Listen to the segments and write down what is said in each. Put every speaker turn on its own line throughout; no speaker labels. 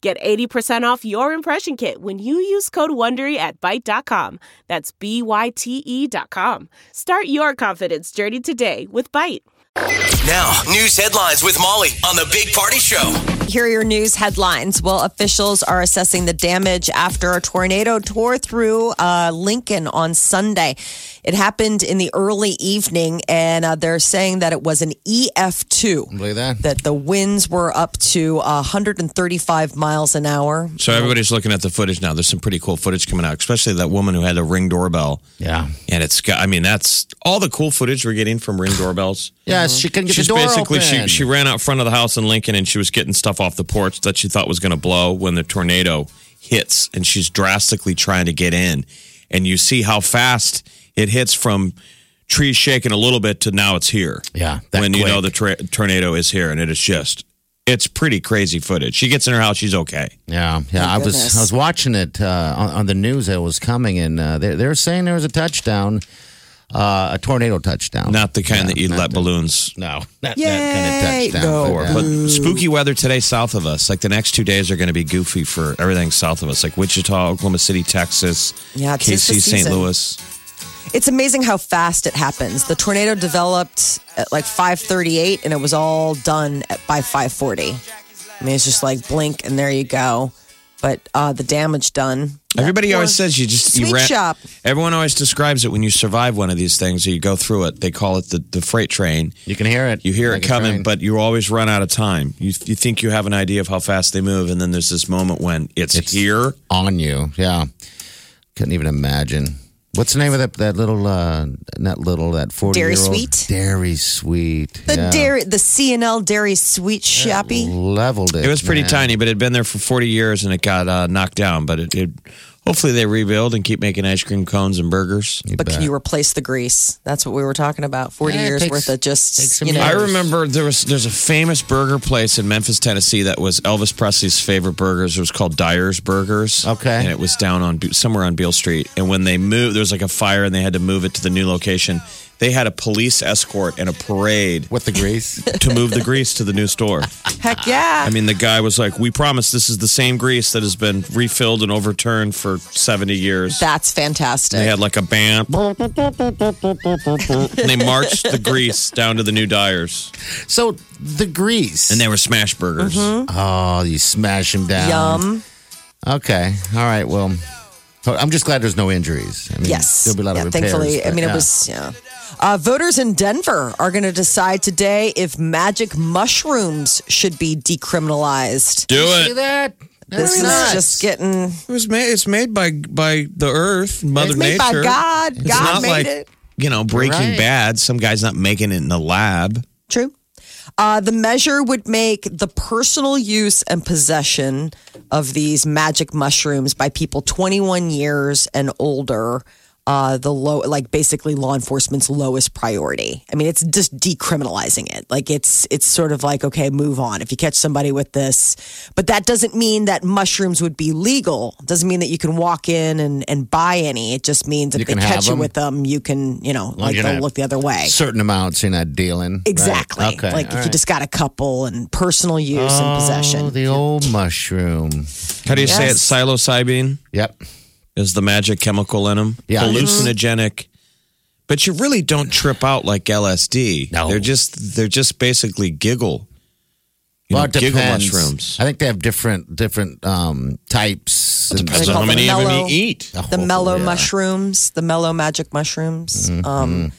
Get 80% off your impression kit when you use code WONDERY at Byte.com. That's B-Y-T-E E dot com. Start your confidence journey today with Byte.
Now, news headlines with Molly on the Big Party Show.
Here are your news headlines. Well, officials are assessing the damage after a tornado tore through uh, Lincoln on Sunday. It happened in the early evening, and uh, they're saying that it was an EF2.
Look at that.
That the winds were up to 135 miles an hour.
So everybody's looking at the footage now. There's some pretty cool footage coming out, especially that woman who had the ring doorbell.
Yeah.
And it's got, I mean, that's all the cool footage we're getting from ring doorbells.
Yes,
Uh-huh.
she couldn't get
She's
the door
basically
open.
she she ran out front of the house in Lincoln and she was getting stuff off the porch that she thought was going to blow when the tornado hits and she's drastically trying to get in and you see how fast it hits from trees shaking a little bit to now it's here.
Yeah, that
When you know the
quick.
tra- tornado is here and it is just it's pretty crazy footage. She gets in her house, she's okay.
yeah, yeah. I was
goodness.
I was watching it uh, on, on the news that was coming, and uh, they're, they're saying there was a touchdown, uh, a tornado touchdown.
Not the kind that you'd let balloons
no, not
Yay.
that kind of touchdown.
No.
but, uh,
But spooky weather today south of us. Like the next two days are going to be goofy for everything south of us, like Wichita, Oklahoma City, Texas,
Yeah, it's just the
KC, St.
season.
Louis.
It's amazing how fast it happens. The tornado developed at like 5:38, and it was all done at, by 5:40. I mean, it's just like blink, and there you go. But uh, the damage done.
Everybody always says you just you
Sweet
ran-
shop.
Everyone always describes it when you survive one of these things or you go through it. They call it the, the freight train.
you can hear it.
You hear
Like
it
a
coming,
train.
but you always run out of time. You you think you have an idea of how fast they move, and then there's this moment when it's, here.
on you. Yeah, couldn't even imagine. What's the name of that that little uh, not little that forty
Dairy
year old?
Sweet?
Dairy sweet.
The
yeah.
dairy, the C and L dairy sweet shoppy.
leveled it.
It was pretty
man.
tiny, but it had been there for 40 years, and it got uh, knocked down. But it, it hopefully they rebuild and keep making ice cream cones and burgers.
But can you replace the grease? That's what we were talking about. Forty
Yeah, it
years
takes-
worth of
takes
just
some
you know.
I
years.
remember there was there's a famous burger place in Memphis, Tennessee that was Elvis Presley's favorite burgers. It was called Dyer's Burgers.
Okay.
and it was down on Be- somewhere on Beale Street. And when they moved, there was like a fire, and they had to move it to the new location. They had a police escort and a parade
with the grease.
to move the grease to the new store.
Heck yeah!
I mean, the guy was like, "We promise this is the same grease that has been refilled and overturned for seventy years."
That's fantastic.
They had like a band. and they marched the grease down to the new Dyer's.
so the grease,
And they were smash burgers.
Mm-hmm.
oh, you smash them down.
Yum.
Okay. All right. Well, I'm just glad there's no injuries. I mean,
Yes.
There'll be a lot
yeah,
of repairs.
Thankfully, I
but
mean,
yeah.
it was, yeah. Uh, voters in Denver are going to decide today if magic mushrooms should be decriminalized.
Do
See that?
This
Very
is
nice.
just getting
It was made. It's made by by the earth, Mother
it's made by
Nature.
God.
It's
God
not
made
like
it.
you know Breaking
right.
Bad. Some guy's not making it in the lab.
True. Uh, the measure would make the personal use and possession of these magic mushrooms by people 21 years and older. Uh, the low, like basically law enforcement's lowest priority. I mean, it's just decriminalizing it. Like it's, it's sort of like, okay, move on. If you catch somebody with this, but that doesn't mean that mushrooms would be legal. Doesn't mean that you can walk in and, and buy any. It just means if
You
they
can
catch
have
you
them.
with them, you can, you know, like
you're
they'll
not-
look the other way.
certain amounts you're not dealing. right?
Exactly.
Okay.
Like if
all
you
right.
just got a couple and personal use and
Oh,
possession.
the old mushroom.
How do you say it?
Yes.
Psilocybin
Yep.
is the magic chemical in them.
Yeah.
Mm-hmm.
Hallucinogenic. But you really don't trip out like LSD.
No.
They're just they're just basically giggle. You
well,
know,
it
giggle
depends.
mushrooms.
I think they have different different um, types. and-
They
So
call
how
them
many of them
mellow-
you eat?
The
Oh,
mellow
yeah. Mm-hmm.
mushrooms, the mellow magic mushrooms. Um,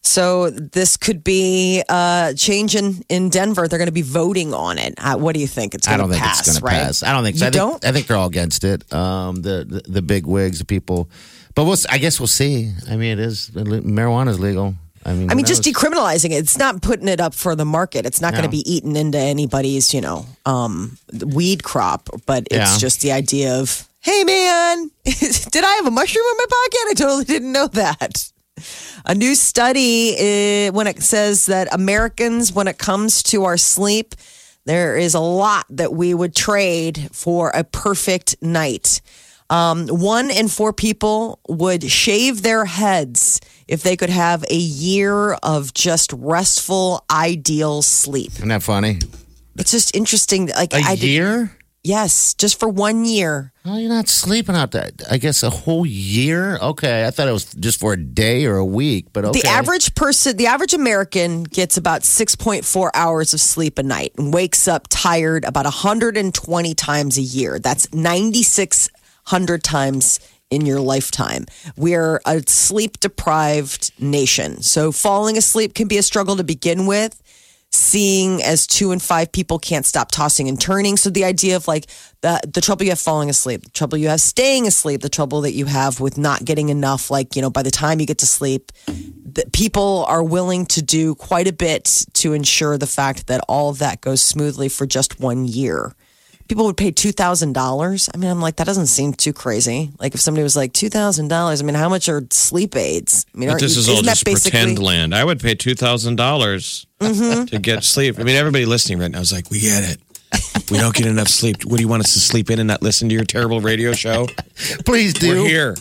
so this could be uh, changing in Denver. They're going to be voting on it. Uh, what do you think? It's
I
going
don't
to
think
pass,
it's going
right?
to pass. I don't think.
You
so. I think,
don't?
I think they're all against it. Um, the, the the big wigs, the people. But we'll. s- I guess we'll see. I mean, it is marijuana is legal. I mean,
I
who
mean, just
knows?
decriminalizing it. It's not putting it up for the market. It's not going to
No.
be eaten into anybody's, you know, um, weed crop. But it's
Yeah.
just the idea of, hey, man, did I have a mushroom in my pocket? I totally didn't know that. A new study eh, when it says that Americans, when it comes to our sleep, there is a lot that we would trade for a perfect night. Um, one in four people would shave their heads if they could have a year of just restful, ideal sleep.
Isn't that funny?
It's just interesting. that, Like
A
I did-
year?
yes, just for one year.
Oh, you're not sleeping out there. I guess a whole year? Okay. I thought it was just for a day or a week, but okay.
The average person, the average American gets about 6.4 hours of sleep a night and wakes up tired about 120 times a year. That's 9,600 times in your lifetime. We're a sleep deprived nation. So falling asleep can be a struggle to begin with. Seeing as two and five people can't stop tossing and turning. So the idea of like the, the trouble you have falling asleep, the trouble you have staying asleep, the trouble that you have with not getting enough, like, you know, by the time you get to sleep, that people are willing to do quite a bit to ensure the fact that all of that goes smoothly for just one year. People would pay two thousand dollars. I mean, I'm like, that doesn't seem too crazy. Like, if somebody was like two thousand dollars, I mean, how much are sleep aids? I mean, aren't
But this
you-
is all
isn't
just
that basically- Mm-hmm.
pretend land. I would pay two dollars to get sleep. I mean, everybody listening right now is like, "We get it. We don't get enough sleep. What do you want us to sleep in and not listen to your terrible radio show?
Please do.
We're here.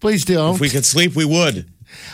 Please do.
If we could sleep, we would.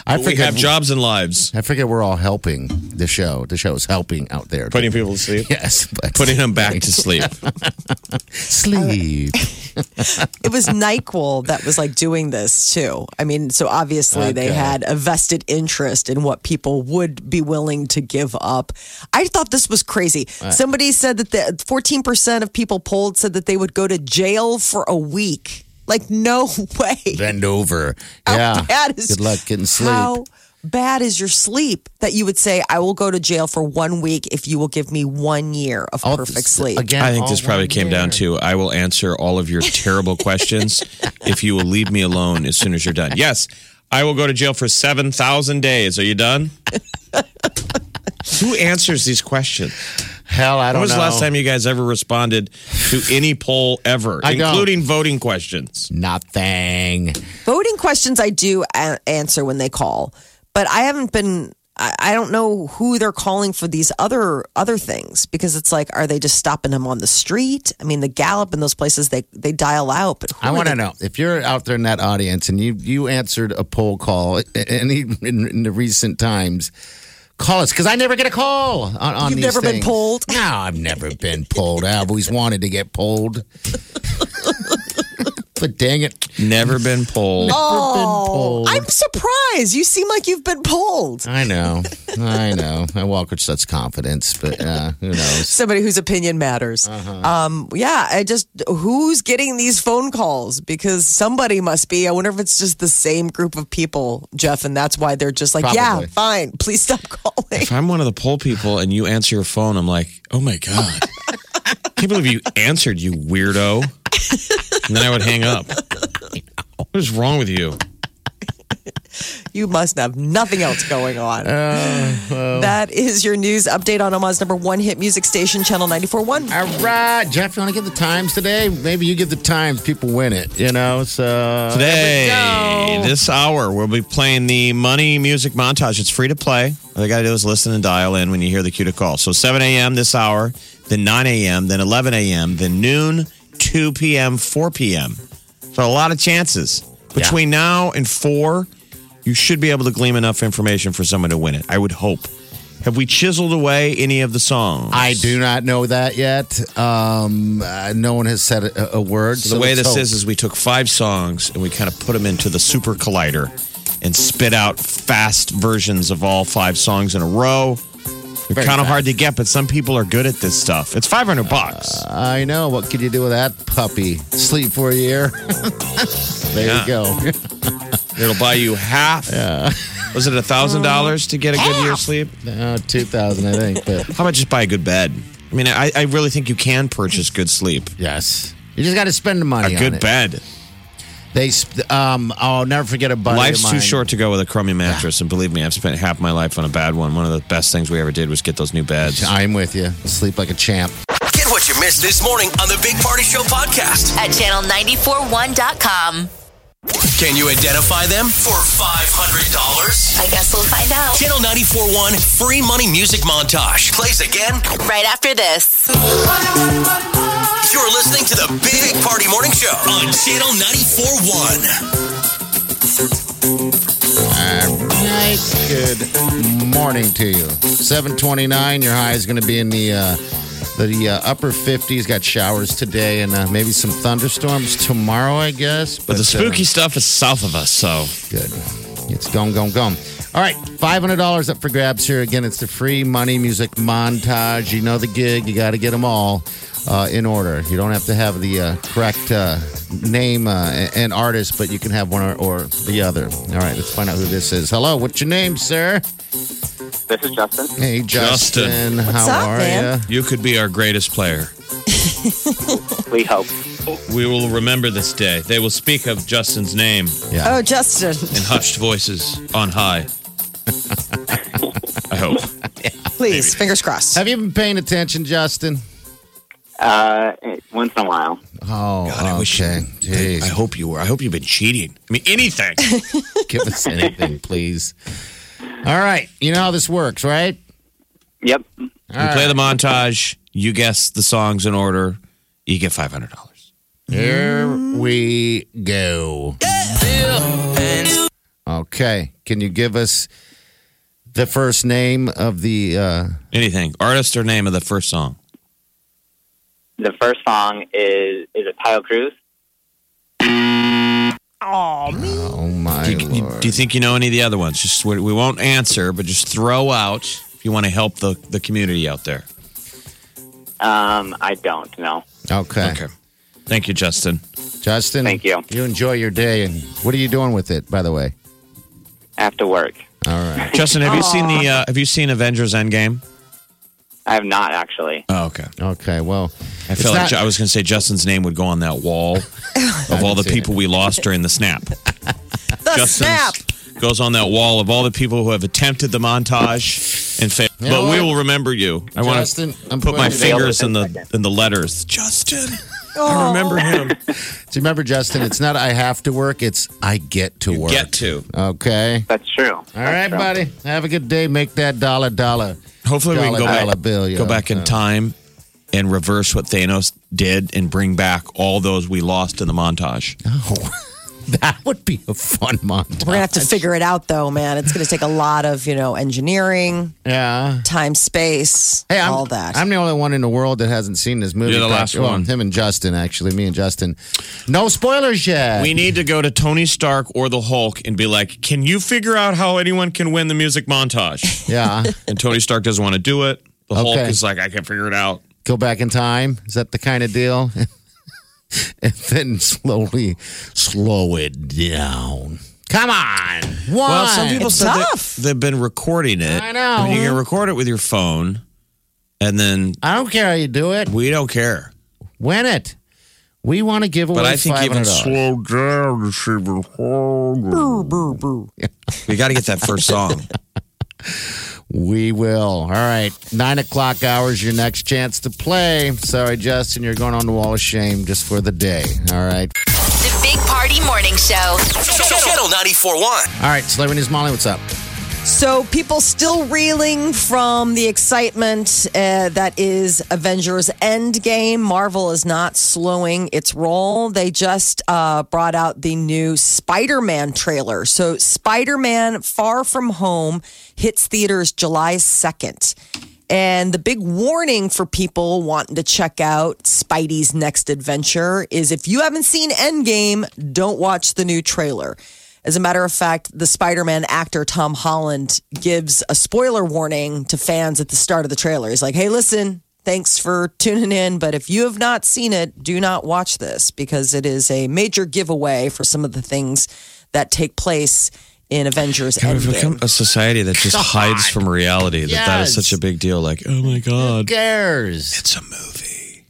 I
But we
forget.
have jobs and lives.
I forget we're all helping the show. The show is helping out there.
Putting people to sleep.
yes, but
Putting them back to sleep.
sleep.
it was Nyquil that was like doing this too. I mean, so obviously they had a vested interest in what people would be willing to give up. I thought this was crazy. Somebody said that the fourteen percent of people polled said that they would go to jail for a week. Like, no way.
Bend over.
How
yeah.
bad is
Good luck getting sleep.
How bad is your sleep that you would say I will go to jail for one week if you will give me one year of
All
perfect
this-
sleep?
Again,
I think
all
this probably
one
came down
year.
to I will answer all of your terrible questions if you will leave me alone as soon as you're done. Yes, I will go to jail for 7,000 days. Are you done? Who answers these questions?
hell. I don't
When was
know.
the last time you guys ever responded to any poll ever,
I don't.
including voting questions?
Nothing.
Voting questions I do a- answer when they call, but I haven't been. I I don't know who they're calling for these other other things because it's like, are they just stopping them on the street? I mean, the Gallup and those places they they dial out. But who
I
are
want to
they-
know if you're out there in that audience and you you answered a poll call any in, in the recent times. Call us because I never get a call on, on
You've
these
never been
things.
polled?
No, I've never been polled. I've always wanted to get polled, but dang it,
Never been polled.
Oh, I'm surprised. You seem like you've been polled.
I know, I know. I walk with such confidence, but uh, who knows?
Somebody whose opinion matters. Um, yeah, I just who's getting these phone calls because somebody must be. I wonder if it's just the same group of people, Jeff, and that's why they're just like, yeah,
Probably.
fine, please stop calling.
If I'm one of the poll people and you answer your phone, I'm like, oh my God. Can't believe you answered, you weirdo. And then I would hang up. What is wrong with you?
You must have nothing else going on.
Uh,
That is your news update on Omaha's number one hit music station, Channel 94.1.
All right, Jeff, you want to give the times today? Maybe you give the times, people win it. You know, so
Today, this hour, we'll be playing the money music montage. It's free to play. All you got to do is listen and dial in when you hear the cue to call. So 7 a.m. this hour, then 9 a.m., then 11 a.m., then noon, 2 p.m., 4 p.m. So a lot of chances. Between now and 4, you should be able to glean enough information for someone to win it. I would hope. Have we chiseled away any of the songs?
I do not know that yet. Um, uh, no one has said a, a word.
So the way
let's
this
hope.
is is we took five songs and we kind of put them into the super collider and spit out fast versions of all five songs in a row. They're
Very
kind of
fast.
hard to get, but some people are good at this stuff. It's 500 bucks.
I know. What could you do with that puppy? Sleep for a year. there
Yeah.
you go.
It'll buy you half. Was it a thousand dollars to get a good year's sleep?
Uh, Two thousand, I think. But
How about just buy a good bed? I mean, I, I really think you can purchase good sleep.
yes, you just got to spend the money.
a
on
good
it.
bed.
They. sp- Um. I'll never forget a buddy. of
Life's too
mine.
short to go with a crummy mattress, and believe me, I've spent half my life on a bad one. One of the best things we ever did was get those new beds.
I'm with you. Sleep like a champ.
Get what you missed this morning on the Big Party Show podcast.
at channel941.com.
Can you identify them for $500?
I guess we'll find out
Channel 941 free money music montage plays again.
right after this.
You're listening to the Big Party Morning Show on Channel 941.
Good morning to you. 729, your high is going to be in the uh, the uh, upper 50s. Got showers today and uh, maybe some thunderstorms tomorrow, I guess.
But the spooky
uh,
stuff is south of us, so
good. It's gone, gone, gone. All right, $500 up for grabs here. Again, it's the free money music montage. You know the gig. You got to get them all uh, in order. You don't have to have the uh, correct uh, name uh, and artist, but you can have one or, or the other. All right, let's find out who this is. Hello, what's your name, sir?
This is Justin.
Hey, Justin.
Justin.
How
up,
are
man?
you could be our greatest player.
We hope.
We will remember this day. They will speak of Justin's name
you? Yeah.
Oh, Justin,
in hushed voices on high. I hope.
please, fingers crossed.
Have you been paying attention, Justin?
Uh, once in a while.
Oh,
I wish you-
okay. Jeez.
I hope you were. I hope you've been cheating. I mean, anything.
Give us anything, please. All right. You know how this works, right?
Yep.
we play the montage. You guess the songs in order. You get five hundred dollars.
Here we go. Okay. Can you give us the first name of the. Uh,
Anything, artist or name of the first song.
The first song is is it Kyle Cruz?
oh, my
Do you, you-
Lord.
do you think you know any of the other ones? Just we, we won't answer, but just throw out if you want to help the the community out there.
Um, I don't know.
okay.
Okay. Thank you, Justin.
Justin.
Thank you.
You enjoy your day. And what are you doing with it, by the way?
After work,
All right.
Justin, have you seen the uh, Have you seen Avengers Endgame?
I have not actually.
Oh, okay.
Okay. Well,
I
It's
felt like
not-
I was going to say Justin's name would go on that wall of all the
seen
people we lost during the snap.
The snap.
goes on that wall of all the people who have attempted the montage and failed.
You know
but we
what?
will remember you. I want to
Justin, I'm
put my
putting-
fingers in the in the letters. Justin, I remember him.
So remember, Justin, it's not I have to work, it's I get to work.
Get to.
Okay.
That's true.
All right, buddy. Have a good day. Make that dollar dollar.
Hopefully, we
Dollar,
can go
dollar
back,
bill, yeah.
go back in
Yeah.
time and reverse what Thanos did and bring back all those we lost in the montage.
Oh, that would be a fun month.
We're gonna have to figure it out, though, man. It's gonna take a lot of you know engineering,
Yeah.
time, space,
Hey, I'm,
all that.
I'm the only one in the world that hasn't seen this movie.
You're the last
Well,
one.
Him and Justin, actually. Me and Justin. No spoilers yet.
We need to go to Tony Stark or the Hulk and be like, "Can you figure out how anyone can win the music montage?"
yeah.
And Tony Stark doesn't want to do it. The Hulk
Okay.
is like, "I can figure it out."
go back in time. Is that the kind of deal? and then slowly slow it down. Come on. One.
Well, some people
It's
said that
tough.
they've been recording it.
I know.
mean, you can record it with your phone, and then
I don't care how you do it.
we don't care.
Win it. We want to give away
But I think even
$500.
slow down is even harder.
boo, boo.
We got to get that first song.
We will. All right. Nine o'clock hours, your next chance to play. Sorry, Justin, you're going on the wall of shame just for the day. All right.
The Big Party Morning Show.
Channel 941.
All right. Celebrity News Molly, what's up?
So people still reeling from the excitement uh, that is Avengers Endgame. Marvel is not slowing its roll. They just uh, brought out the new Spider-Man trailer. So Spider-Man Far From Home hits theaters July 2nd. And the big warning for people wanting to check out Spidey's next adventure is if you haven't seen Endgame, don't watch the new trailer. As a matter of fact, the Spider Man actor Tom Holland gives a spoiler warning to fans at the start of the trailer. He's like, hey, listen, thanks for tuning in, but if you have not seen it, do not watch this because it is a major giveaway for some of the things that take place in Avengers
We've
Endgame.
become a society that just hides from reality. That that
Yes.
is such a big deal. Like, oh my god,
Cares.
it's a movie.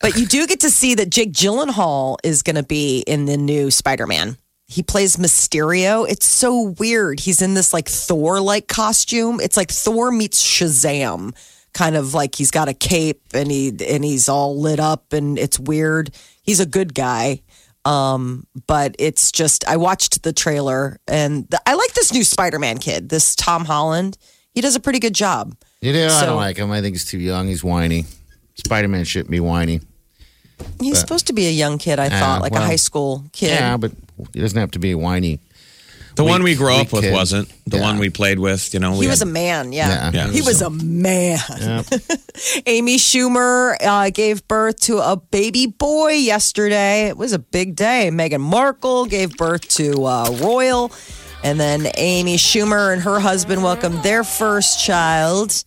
But you do get to see that Jake Gyllenhaal is going to be in the new Spider Man. He plays Mysterio. It's so weird. He's in this like Thor like costume. It's like Thor meets Shazam, kind of like he's got a cape and he and he's all lit up and it's weird. He's a good guy. Um, but it's just I watched the trailer and the, I like this new Spider-Man kid, this Tom Holland. He does a pretty good job.
You know, I
So-
don't like him. I think he's too young. He's whiny. Spider Man shouldn't be whiny.
He's supposed to be a young kid, I thought, like
well,
a high school kid.
Yeah, but he doesn't have to be whiny.
The one we
Weak-
grew up
weak
with
kid.
wasn't. The
Yeah.
one we played with, you know. We
He was a
had-
man, yeah.
Yeah.
He was a man. Amy Schumer uh, gave birth to a baby boy yesterday. It was a big day. Meghan Markle gave birth to uh, Royal. And then Amy Schumer and her husband welcomed their first child.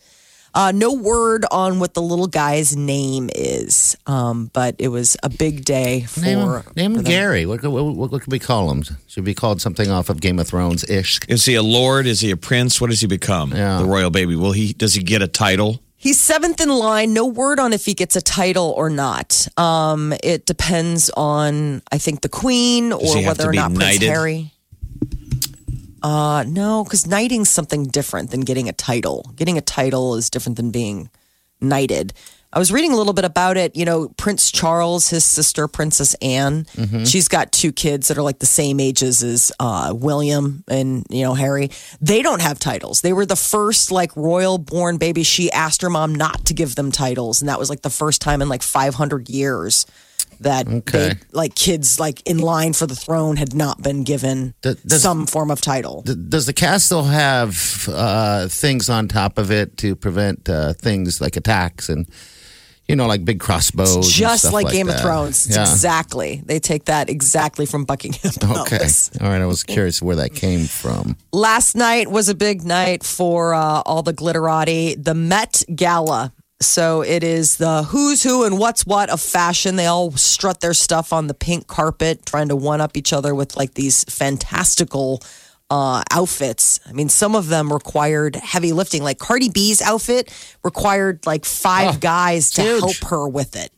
Uh, no word on what the little guy's name is, um, but it was a big day for.
Name him, name
for them.
him Gary. What, what, what, what could we call him? Should be called something off of Game of Thrones ish.
Is he a lord? Is he a prince? What does he become?
Yeah.
The royal baby. Will he? Does he get a title?
He's seventh in line. No word on if he gets a title or not. Um, it depends on, I think, the queen or
he have
whether
to
or
be
not Prince
knighted?
Harry. Uh, no, because knighting's something different than getting a title. Getting a title is different than being knighted. I was reading a little bit about it. You know, Prince Charles, his sister Princess Anne,
Mm-hmm.
she's got two kids that are like the same ages as uh, William and you know Harry. They don't have titles. They were the first like royal born baby. She asked her mom not to give them titles, and that was like the first time in like 500 years that
Okay.
they, like kids like in line for the throne had not been given
Th- does-
some form of title.
Th- Does the cast still have uh, things on top of it to prevent uh, things like attacks and, you know, like big crossbows? and
just
stuff
like Game of
that?
Thrones. It's
Yeah.
Exactly. They take that exactly from Buckingham
Okay.
Palace.
All right. I was curious where that came from.
Last night was a big night for uh, all the glitterati, the Met Gala. So it is the who's who and what's what of fashion. They all strut their stuff on the pink carpet, trying to one up each other with like these fantastical uh, outfits. I mean, some of them required heavy lifting. Like Cardi B's outfit required like
Oh,
five guys to help her with it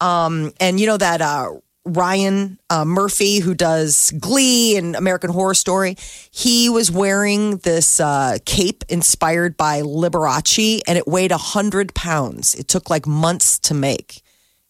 and you know that uh, Ryan uh, Murphy, who does Glee and American Horror Story, he was wearing this uh, cape inspired by Liberace, and it weighed hundred pounds. It took like months to make.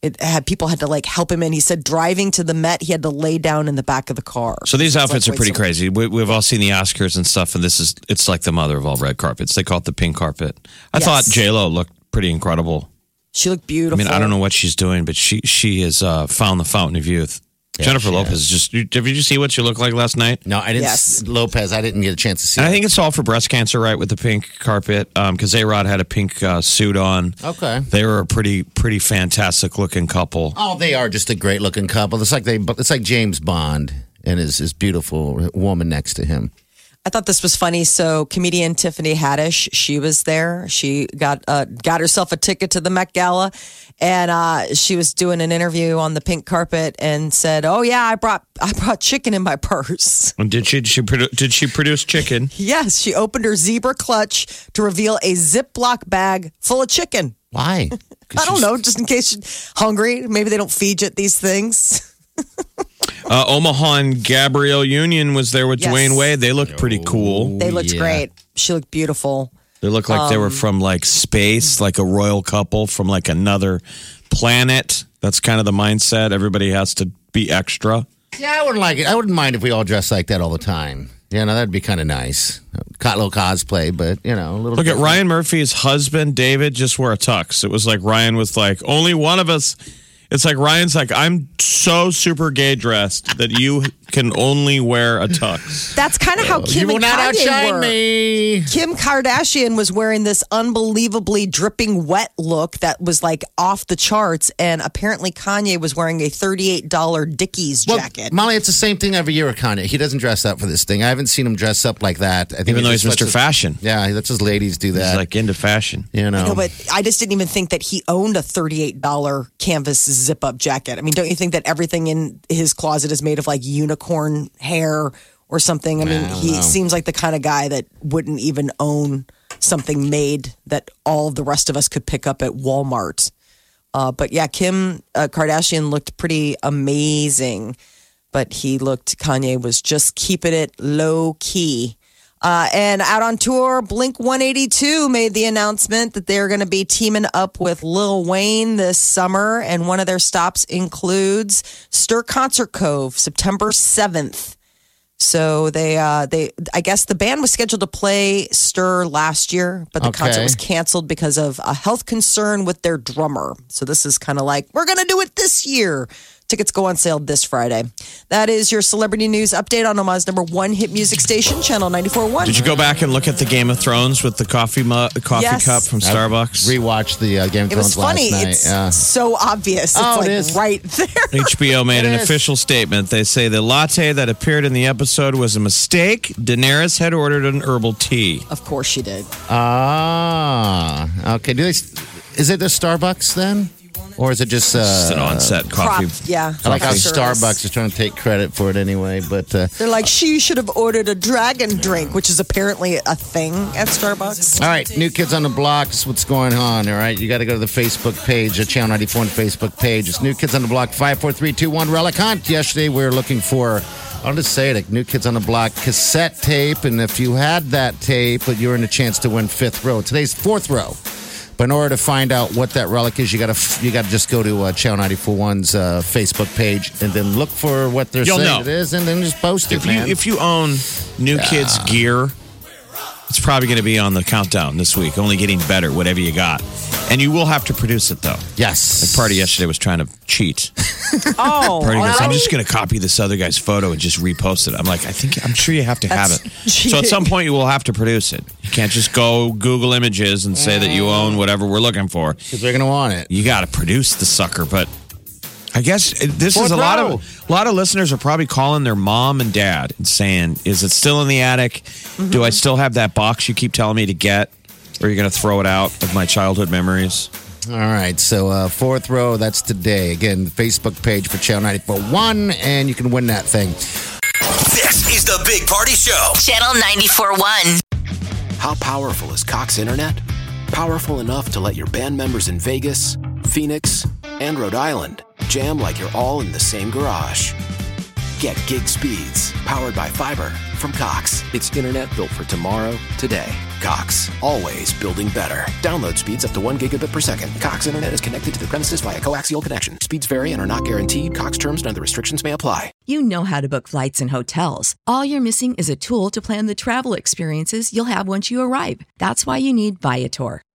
It had people had to like help him in. He said driving to the Met, he had to lay down in the back of the car.
So these outfits are
like, wait,
pretty
so-
crazy. We, we've all seen the Oscars and stuff, and this is it's like the mother of all red carpets. They call it the pink carpet. I
Yes.
thought J Lo looked pretty incredible.
She looked
I
beautiful.
mean, I don't know what she's doing, but she she has uh, found the fountain of youth. Jennifer Lopez is just. you- Did you see what she looked like last night?
No, I didn't.
Yes.
Lopez, I didn't get a chance to see
And I
it.
think it's all for breast cancer, right? With the pink carpet, because A Rod had a pink uh, suit on.
Okay.
They were a pretty pretty fantastic looking couple.
Oh, they are just a great looking couple. It's like they, it's like James Bond and his, his beautiful woman next to him.
I thought this was funny. So comedian Tiffany Haddish, she was there. She got uh, got herself a ticket to the Met Gala, and uh, she was doing an interview on the pink carpet and said, "Oh yeah, I brought I brought chicken in my purse."
And Did she did she produ- did she produce chicken?
yes, she opened her zebra clutch to reveal a Ziploc bag full of chicken.
Why?
I don't know, just in case you're hungry. Maybe they don't feed you these things.
Uh, Omaha and Gabrielle Union was there with
Yes.
Dwayne Wade. They looked pretty cool.
They looked
yeah.
great. She looked beautiful.
They looked like they were from like space, like a royal couple from like another planet. That's kind of the mindset. Everybody has to be extra.
Yeah, I wouldn't like it. I wouldn't mind if we all dressed like that all the time. You know, that'd be kind of nice. Got a little cosplay, but you know, a little.
Look at
different.
Ryan Murphy's husband, David, just wore a tux. It was like Ryan was like, only one of us. It's like Ryan's like, I'm so super gay dressed that you can only wear a tux.
That's kind of how Kim
You will
and
not
Kanye
outshine
were.
me.
Kim Kardashian was wearing this unbelievably dripping wet look that was like off the charts, and apparently Kanye was wearing a thirty-eight dollar Dickies
Well,
jacket.
Molly, it's the same thing every year with Kanye. He doesn't dress up for this thing. I haven't seen him dress up like that. I think
Even
he
though
just
he's
lets
Mr.
his-
Fashion.
Yeah, he lets his ladies do that.
He's like into fashion.
you know,
I know, but I just didn't even think that he owned a thirty-eight dollar canvas zip-up jacket. I mean, don't you think that everything in his closet is made of like unicorn hair or something? I mean, he seems like the kind of guy that wouldn't even own something made that all of the rest of us could pick up at Walmart. Uh, but yeah, Kim uh, Kardashian looked pretty amazing, but he looked, Kanye was just keeping it low key. Uh, and out on tour, Blink 182 made the announcement that they're going to be teaming up with Lil Wayne this summer. And one of their stops includes Stir Concert Cove, September 7th. So they, uh, they, I guess the band was scheduled to play Stir last year, but the concert
Okay.
was canceled because of a health concern with their drummer. So this is kind of like we're going to do it this year. Tickets go on sale this Friday. That is your celebrity news update on Omaha's number one hit music station, Channel 94.1.
Did you go back and look at the Game of Thrones with the coffee mu- coffee
Yes.
cup from Starbucks?
Rewatched the uh, Game of
it was
Thrones last
funny.
night.
It's
yeah.
so obvious. It's
Oh,
like
it is.
right there.
HBO made
It
an
is.
official statement. They say the latte that appeared in the episode was a mistake. Daenerys had ordered an herbal tea.
Of course she did.
Ah, okay. Do they? Is it the Starbucks then, or is it just?
It's
Uh,
an onset
Prop,
coffee.
yeah.
I like how
Coffee.
Starbucks is trying to take credit for it anyway, but uh,
They're like, she should have ordered a dragon drink, which is apparently a thing at Starbucks.
All right, new kids on the block is what's going on. All right, you got to go to the Facebook page, the Channel 94 Facebook page. It's New Kids on the Block 54321 Relic Hunt. Yesterday, we were looking for, I'll just say it, New Kids on the Block cassette tape. And if you had that tape, but you're in a chance to win fifth row. Today's fourth row. But in order to find out what that relic is, you got to you got to just go to uh, Channel 941's uh, Facebook page and then look for what they're
You'll
saying
know.
it is, and then just post it,
If you
man.
if you own New Kids gear, it's probably going to be on the countdown this week. Only getting better, whatever you got, and you will have to produce it though.
yes,
Party yesterday was trying to cheat.
Oh,
Party goes, I'm just going to copy this other guy's photo and just repost it. I'm like, I think I'm sure you have to have
That's
it. So at some
cheating.
point you will have to produce it. You can't just go Google Images and say that you own whatever we're looking for.
because they're gonna want it.
you got to produce the sucker. But I guess uh, this is
Fourth
a lot
row.
of a lot of listeners are probably calling their mom and dad and saying, "Is it still in the attic? Do I still have that box you keep telling me to get?" Or are you going to throw it out of my childhood memories?
All right, so uh, fourth row, that's today. Again, Facebook page for Channel 94.1, and you can win that thing.
This is the Big Party Show.
Channel 94.1.
How powerful is Cox Internet? Powerful enough to let your band members in Vegas, Phoenix, and Rhode Island jam like you're all in the same garage. Get gig speeds powered by fiber from Cox. It's internet built for tomorrow, today. Cox, always building better. Download speeds up to 1 gigabit per second. Cox Internet is connected to the premises via coaxial connection. Speeds vary and are not guaranteed. Cox terms and other restrictions may apply.
You know how to book flights and hotels. All you're missing is a tool to plan the travel experiences you'll have once you arrive. That's why you need Viator.